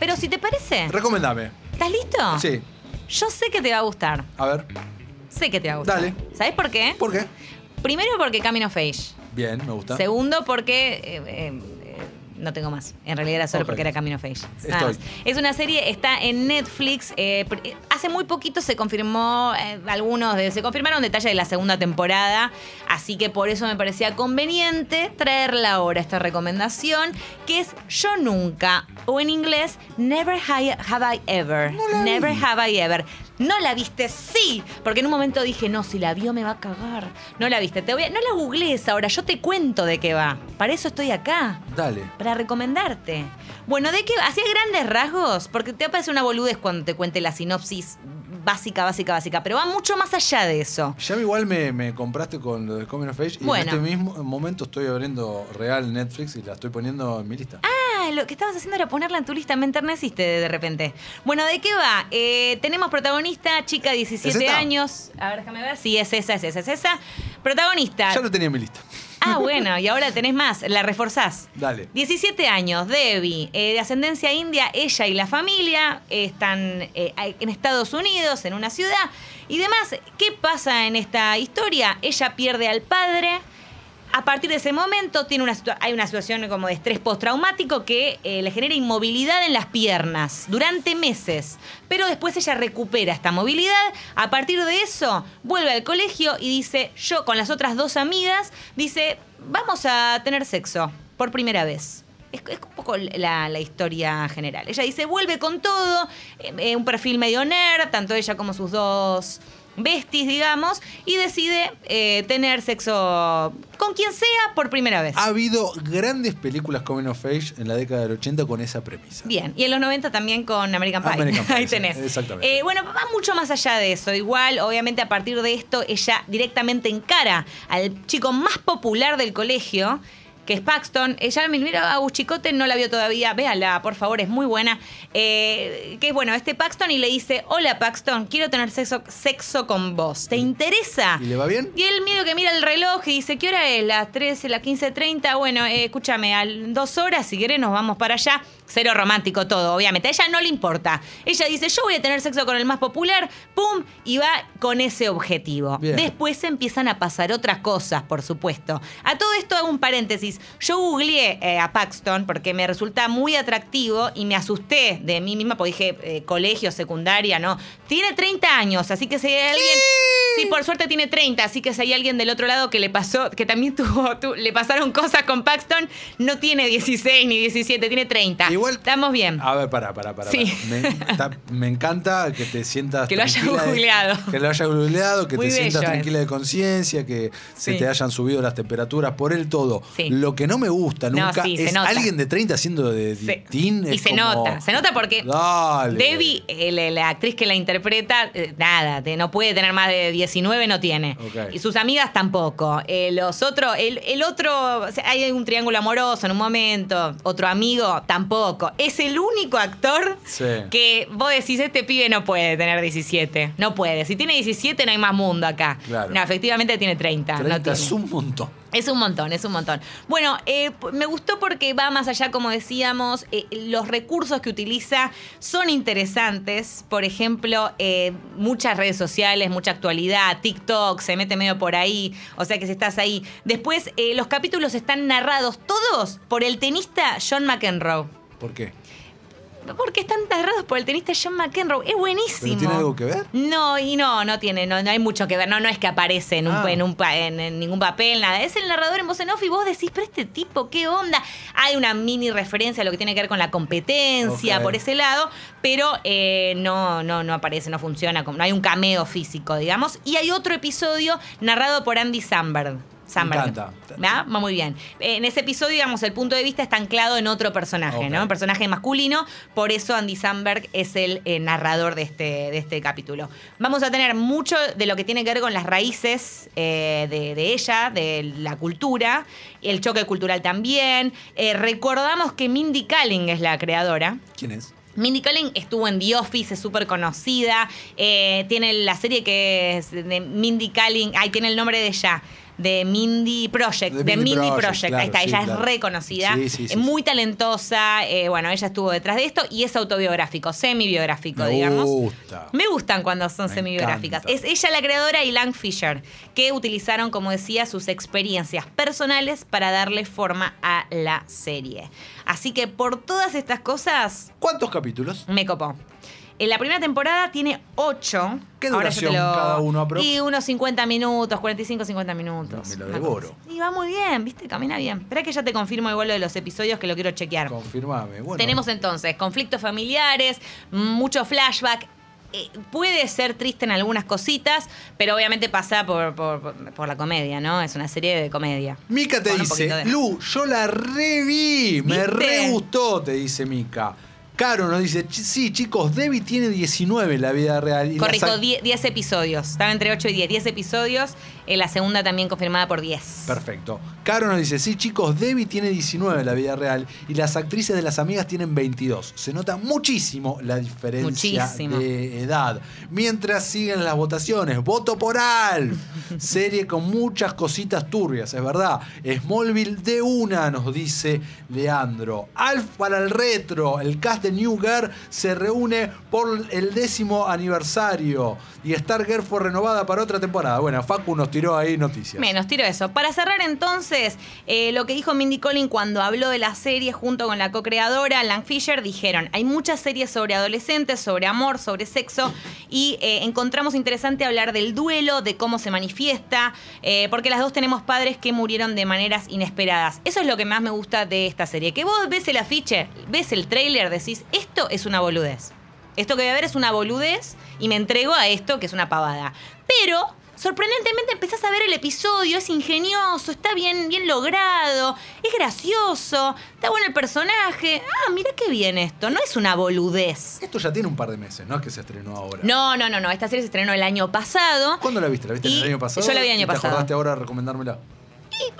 Pero si te parece, Recomendame. ¿estás listo? Sí. Yo sé que te va a gustar. A ver. Sé que te va a gustar. Dale. ¿Sabes por qué? ¿Por qué? Primero porque Camino of Age. Bien, me gusta. Segundo porque... eh, eh, eh, no tengo más. En realidad era solo Ok. porque era Camino of Age. Nada Estoy. más. Es una serie, está en Netflix. eh, pr- eh, hace muy poquito se confirmó, eh, algunos, de- se confirmaron detalles de la segunda temporada. Así que por eso me parecía conveniente traerla ahora, esta recomendación, que es Yo Nunca, o en inglés, Never Hi- Have I Ever. Never Have I Ever. No la viste, sí, porque en un momento dije, no, si la vio me va a cagar. No la viste, te voy a- no la googlees ahora, yo te cuento de qué va. Para eso estoy acá Dale. para recomendarte. Bueno, ¿de qué? Hacía grandes rasgos, porque te va a parecer una boludez cuando te cuente la sinopsis básica, básica, básica, pero va mucho más allá de eso. Ya igual me, me compraste con lo de Coming of Age y Bueno. en este mismo momento estoy abriendo real Netflix y la estoy poniendo en mi lista. Ah, lo que estabas haciendo era ponerla en tu lista, me enterneciste de de repente. Bueno, ¿de qué va? Eh, tenemos protagonista, chica, 17 esta? años. A ver, déjame ver. Sí, es esa, es esa, es esa. Protagonista. Ya lo tenía en mi lista. Ah, bueno, y ahora tenés más, la reforzás. Dale. 17 años, Debbie, eh, de ascendencia india, ella y la familia eh, están eh, en Estados Unidos, en una ciudad. Y demás, ¿qué pasa en esta historia? Ella pierde al padre. A partir de ese momento tiene una situa- hay una situación como de estrés postraumático que eh, le genera inmovilidad en las piernas durante meses. Pero después ella recupera esta movilidad. A partir de eso vuelve al colegio y dice, yo con las otras dos amigas, dice, vamos a tener sexo por primera vez. Es, es un poco la, la historia general. Ella dice, vuelve con todo, eh, eh, un perfil medio nerd, tanto ella como sus dos besties, digamos, y decide eh, tener sexo con quien sea por primera vez. Ha habido grandes películas Coming of Age en la década del 80 con esa premisa. Bien, y en los 90 también con American Pie. American Pie, Ahí sí, tenés. exactamente. Eh, bueno, va mucho más allá de eso. Igual, obviamente, a partir de esto, ella directamente encara al chico más popular del colegio, que es Paxton. Ella, mira, a Chicote no la vio todavía. Véala, por favor, es muy buena. Eh, que es bueno, este Paxton y le dice: Hola, Paxton, quiero tener sexo, sexo con vos. ¿Te interesa? ¿Y le va bien? Y él medio que mira el reloj y dice, ¿qué hora es? Las 13, las 15.30. Bueno, eh, escúchame, a dos horas, si querés nos vamos para allá. Cero romántico todo, obviamente. A ella no le importa. Ella dice, yo voy a tener sexo con el más popular, pum, y va con ese objetivo. Bien. Después empiezan a pasar otras cosas, por supuesto. A todo esto hago un paréntesis. Yo googleé eh, a Paxton porque me resulta muy atractivo y me asusté de mí misma porque dije, eh, colegio, secundaria, ¿no? Tiene 30 años, así que si hay alguien... Sí, por suerte tiene 30, así que si hay alguien del otro lado que le pasó, que también tuvo, tu- le pasaron cosas con Paxton, no tiene 16 ni 17, tiene 30. Igual- Estamos bien. A ver, pará, pará, pará. Sí. pará. Me, está- me encanta que te sientas. Que lo haya tranquila de- googleado. que lo haya googleado, que Muy te sientas bello tranquila de conciencia, que Sí. se te hayan subido las temperaturas por el todo. Sí. Lo que no me gusta No, nunca sí, se es nota. alguien de 30 haciendo de Se- teen. y es se como, nota, se nota porque Dale. Debbie, eh, la, la actriz que la interpreta, eh, nada, te- no puede tener más de 19, no tiene. Ok. Y sus amigas tampoco. Eh, los otros, el, el otro, o sea, hay un triángulo amoroso en un momento, otro amigo tampoco. Es el único actor Sí. que vos decís, este pibe no puede tener 17. No puede. Si tiene 17 no hay más mundo acá. Claro. No, efectivamente tiene 30. no 30 tiene. es un montón. Es un montón, es un montón. Bueno, eh, p- me gustó porque va más allá, como decíamos, eh, los recursos que utiliza son interesantes. Por ejemplo, eh, muchas redes sociales, mucha actualidad, TikTok, se mete medio por ahí, o sea que si estás ahí. Después, eh, los capítulos están narrados todos por el tenista John McEnroe. ¿Por qué? ¿Por qué están narrados por el tenista John McEnroe? Es buenísimo. ¿Pero tiene algo que ver? No, y no, no tiene, no, no hay mucho que ver. No, no es que aparece en, un, Ah. en, un pa- en- en ningún papel, nada. Es el narrador en voz en off y vos decís, pero este tipo, ¿qué onda? Hay una mini referencia a lo que tiene que ver con la competencia, Ok. por ese lado, pero eh, no, no, no aparece, no funciona, como- no hay un cameo físico, digamos. Y hay otro episodio narrado por Andy Samberg. Samberg. encanta. ¿Ah? Va muy bien. En ese episodio, digamos, el punto de vista está anclado en otro personaje, Ok. ¿no? Un personaje masculino. Por eso Andy Samberg es el eh, narrador de este, de este capítulo. Vamos a tener mucho de lo que tiene que ver con las raíces eh, de, de ella, de la cultura, el choque cultural también. Eh, recordamos que Mindy Kaling es la creadora. ¿Quién es? Mindy Kaling estuvo en The Office, es súper conocida. eh, tiene la serie que es de Mindy Kaling. Ay, tiene el nombre de ella. de Mindy Project. De De Mindy Mindy Project, Project. claro, Ahí está, sí, ella claro. es reconocida, Sí, sí, sí, eh, muy talentosa. eh, bueno, ella estuvo detrás de esto y es autobiográfico, semi-biográfico, Me digamos. gusta. Me gustan cuando son Me semibiográficas. encanta. Es ella la creadora y Lang Fisher, que utilizaron, como decía, sus experiencias personales para darle forma a la serie. Así que por todas estas cosas, ¿Cuántos capítulos? me copó. En la primera temporada tiene 8. ¿Qué duración cada uno, aprox? Y unos 50 minutos, 45, 50 minutos. Me lo Una devoro. cosa así. Y va muy bien, ¿viste? Camina bien. Espera que ya te confirmo igual lo de los episodios que lo quiero chequear. Confirmame. Bueno, Mm. Tenemos entonces conflictos familiares, mucho flashback. Eh, puede ser triste en algunas cositas, pero obviamente pasa por, por- por la comedia, ¿no? Es una serie de comedia. Mica te Con un dice, poquito de- Lu, yo la reví, me ¿Viste? re gustó, te dice Mica. Caro nos dice, "Ch- sí, chicos, Debbie tiene 19 en la vida real. y la Corrijo, sac- 10 10 episodios. Estaba entre 8 y 10. 10 episodios. Eh, la segunda también confirmada por 10. Perfecto. Caro nos dice, sí chicos, Debbie tiene 19 en la vida real y las actrices de las amigas tienen 22. Se nota muchísimo la diferencia Muchísimo. de edad. Mientras siguen las votaciones, voto por Alf. Serie con muchas cositas turbias, es verdad. Smallville de una, nos dice Leandro. Alf para el retro. El cast de New Girl se reúne por el décimo aniversario. Y Star Girl fue renovada para otra temporada. Bueno, Facu nos tiró ahí noticias. Menos, tiro eso. Para cerrar entonces, eh, lo que dijo Mindy Collin cuando habló de la serie junto con la co-creadora Lang Fisher, dijeron, hay muchas series sobre adolescentes, sobre amor, sobre sexo, y eh, encontramos interesante hablar del duelo, de cómo se manifiesta, eh, porque las dos tenemos padres que murieron de maneras inesperadas. Eso es lo que más me gusta de esta serie, que vos ves el afiche, ves el tráiler, decís, esto es una boludez. Esto que voy a ver es una boludez y me entrego a esto que es una pavada. Pero, sorprendentemente, empezás a ver el episodio, es ingenioso, está bien, bien logrado, es gracioso, está bueno el personaje. Ah, mira qué bien esto, no es una boludez. Esto ya tiene un par de meses, no es que se estrenó ahora. No, no, no, no. Esta serie se estrenó el año pasado. ¿Cuándo la viste? ¿La viste Y el año pasado? yo la vi el ¿Y año ¿Te pasado. acordaste ahora de recomendármela?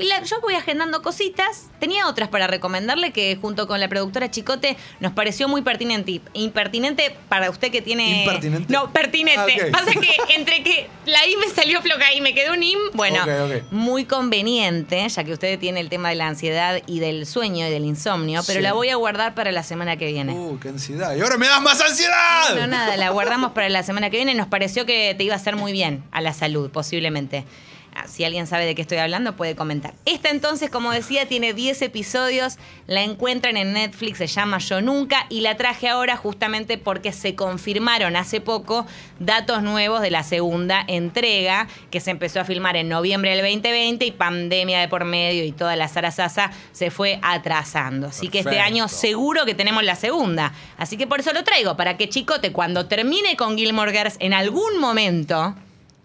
Y la- yo voy agendando cositas. Tenía otras para recomendarle que junto con la productora Chicote nos pareció muy pertinente. Impertinente para usted que tiene... ¿Impertinente? No, pertinente. Ah, ok. Pasa que entre que la I me salió floja y me quedó un IM, bueno, Ok, ok. muy conveniente, ya que usted tiene el tema de la ansiedad y del sueño y del insomnio, pero Sí. la voy a guardar para la semana que viene. Uh, qué ansiedad. Y ahora me das más ansiedad. No, nada, la guardamos para la semana que viene. Nos pareció que te iba a hacer muy bien a la salud, posiblemente. Ah, Si alguien sabe de qué estoy hablando, puede comentar. Esta entonces, como decía, tiene 10 episodios. La encuentran en Netflix, se llama Yo Nunca. Y la traje ahora justamente porque se confirmaron hace poco datos nuevos de la segunda entrega, que se empezó a filmar en noviembre del 2020 y pandemia de por medio y toda la zarazaza se fue atrasando. Así que este Perfecto. año se seguro que tenemos la segunda. Así que por eso lo traigo, para que Chicote, cuando termine con Gilmore Girls en algún momento,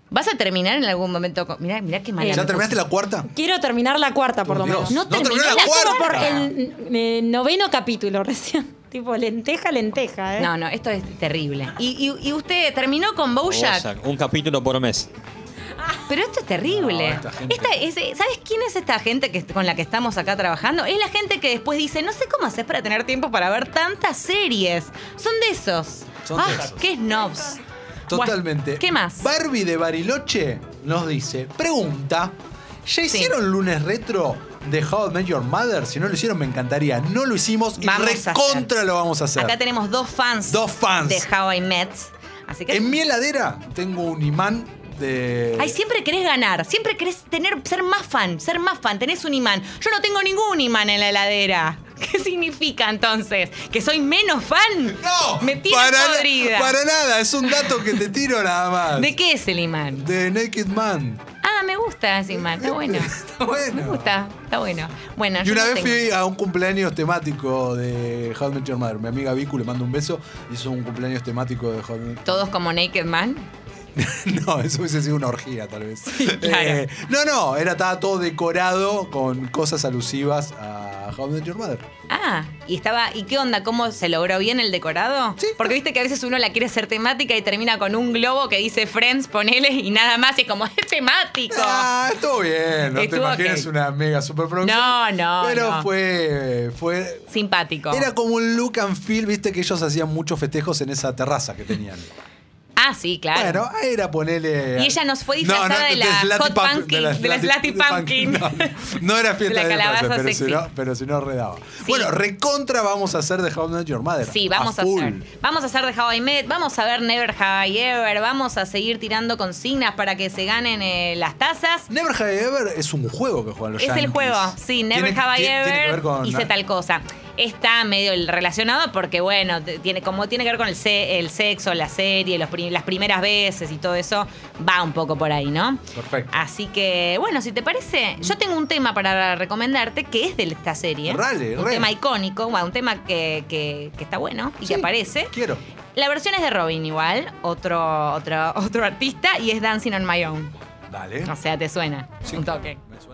vas a terminar en algún momento con... Mirá, mirá qué mala. ¿Ya me terminaste la cuarta? Quiero terminar la cuarta, por lo Dios. menos. No terminó la Ya estamos cuarta. por el eh, noveno capítulo recién. Tipo, lenteja, lenteja, ¿eh? puse. No, no, esto es terrible. Y, y- y usted terminó con Bojack, Un capítulo por mes. pero esto es terrible. No, esta gente- Esta es- eh, ¿Sabes quién es esta gente que, con la que estamos acá trabajando? Es la gente que después dice, no sé cómo haces para tener tiempo para ver tantas series. Son de esos. Son de ah, esos. qué snobs. Totalmente. Bueno, ¿Qué más? Barbie de Bariloche nos dice, pregunta, ¿ya hicieron lunes retro de How I Met Your Mother? Si no lo hicieron, me encantaría. No lo hicimos y Vamos a hacer. recontra lo vamos a hacer. Acá tenemos dos fans. Dos fans. De How I Met. Así que. En mi heladera tengo un imán de... Ay, siempre querés ganar, siempre querés tener, ser más fan, ser más fan, tenés un imán. Yo no tengo ningún imán en la heladera. ¿Qué significa entonces? ¿Que soy menos fan? No, Me tiene na- podrida. para nada, es un dato que te tiro nada más. ¿De qué es el imán? De Naked Man. Ah, me gusta ese imán, está bueno. Está bueno. Me gusta, está bueno. Bueno, Y yo una no vez tengo. fui a un cumpleaños temático de How I Met Your Mother. Mi amiga Vicu le mando un beso. Hizo un cumpleaños temático de How I Met Todos como Naked Man. No, eso hubiese sido una orgía, tal vez. claro. Eh, no, no, era, estaba todo decorado con cosas alusivas a How I Met Your Mother. Ah, y estaba, ¿y qué onda? ¿Cómo se logró bien el decorado? Sí. Porque viste que a veces uno la quiere hacer temática y termina con un globo que dice Friends, ponele y nada más, y es como es temático. Ah, estuvo bien. No te Estuvo imaginas ok. una mega superproducción. No, no, Pero no. fue. fue Simpático. Era como un look and feel, viste que ellos hacían muchos festejos en esa terraza que tenían. Ah, sí, claro. Bueno, era ponerle. Y ella nos fue disfrazada de la Slaty hot Pump- pumpkin, de la Slaty pumpkin. No, no era fiesta De la de disfraces, calabaza pero sexy. si no, pero si no redaba. Bueno, recontra vamos a hacer de How I Met Your Mother. Sí, vamos a, full. hacer. Vamos a hacer de How I Met, vamos a ver Never Have I Ever, vamos a seguir tirando consignas para que se ganen eh, las tazas. Never Have I Ever es un juego que juegan los Es el Yankees. juego, sí, Never Tiene- Have I tiene- tiene que Ever ver con- ah, hice tal cosa. Está medio relacionado porque, bueno, te- tiene, como tiene que ver con el, se- el sexo, la serie, los pri- las primeras veces y todo eso, va un poco por ahí, ¿no? Perfecto. Así que, bueno, si te parece, yo tengo un tema para recomendarte que es de esta serie. Dale, un re. tema icónico, bueno, un tema que, que- que está bueno y Sí, que aparece. Quiero. La versión es de Robin igual, otro, otro, otro artista, y es Dancing on My Own. Dale. O sea, te suena. Sí. Un toque. Me suena.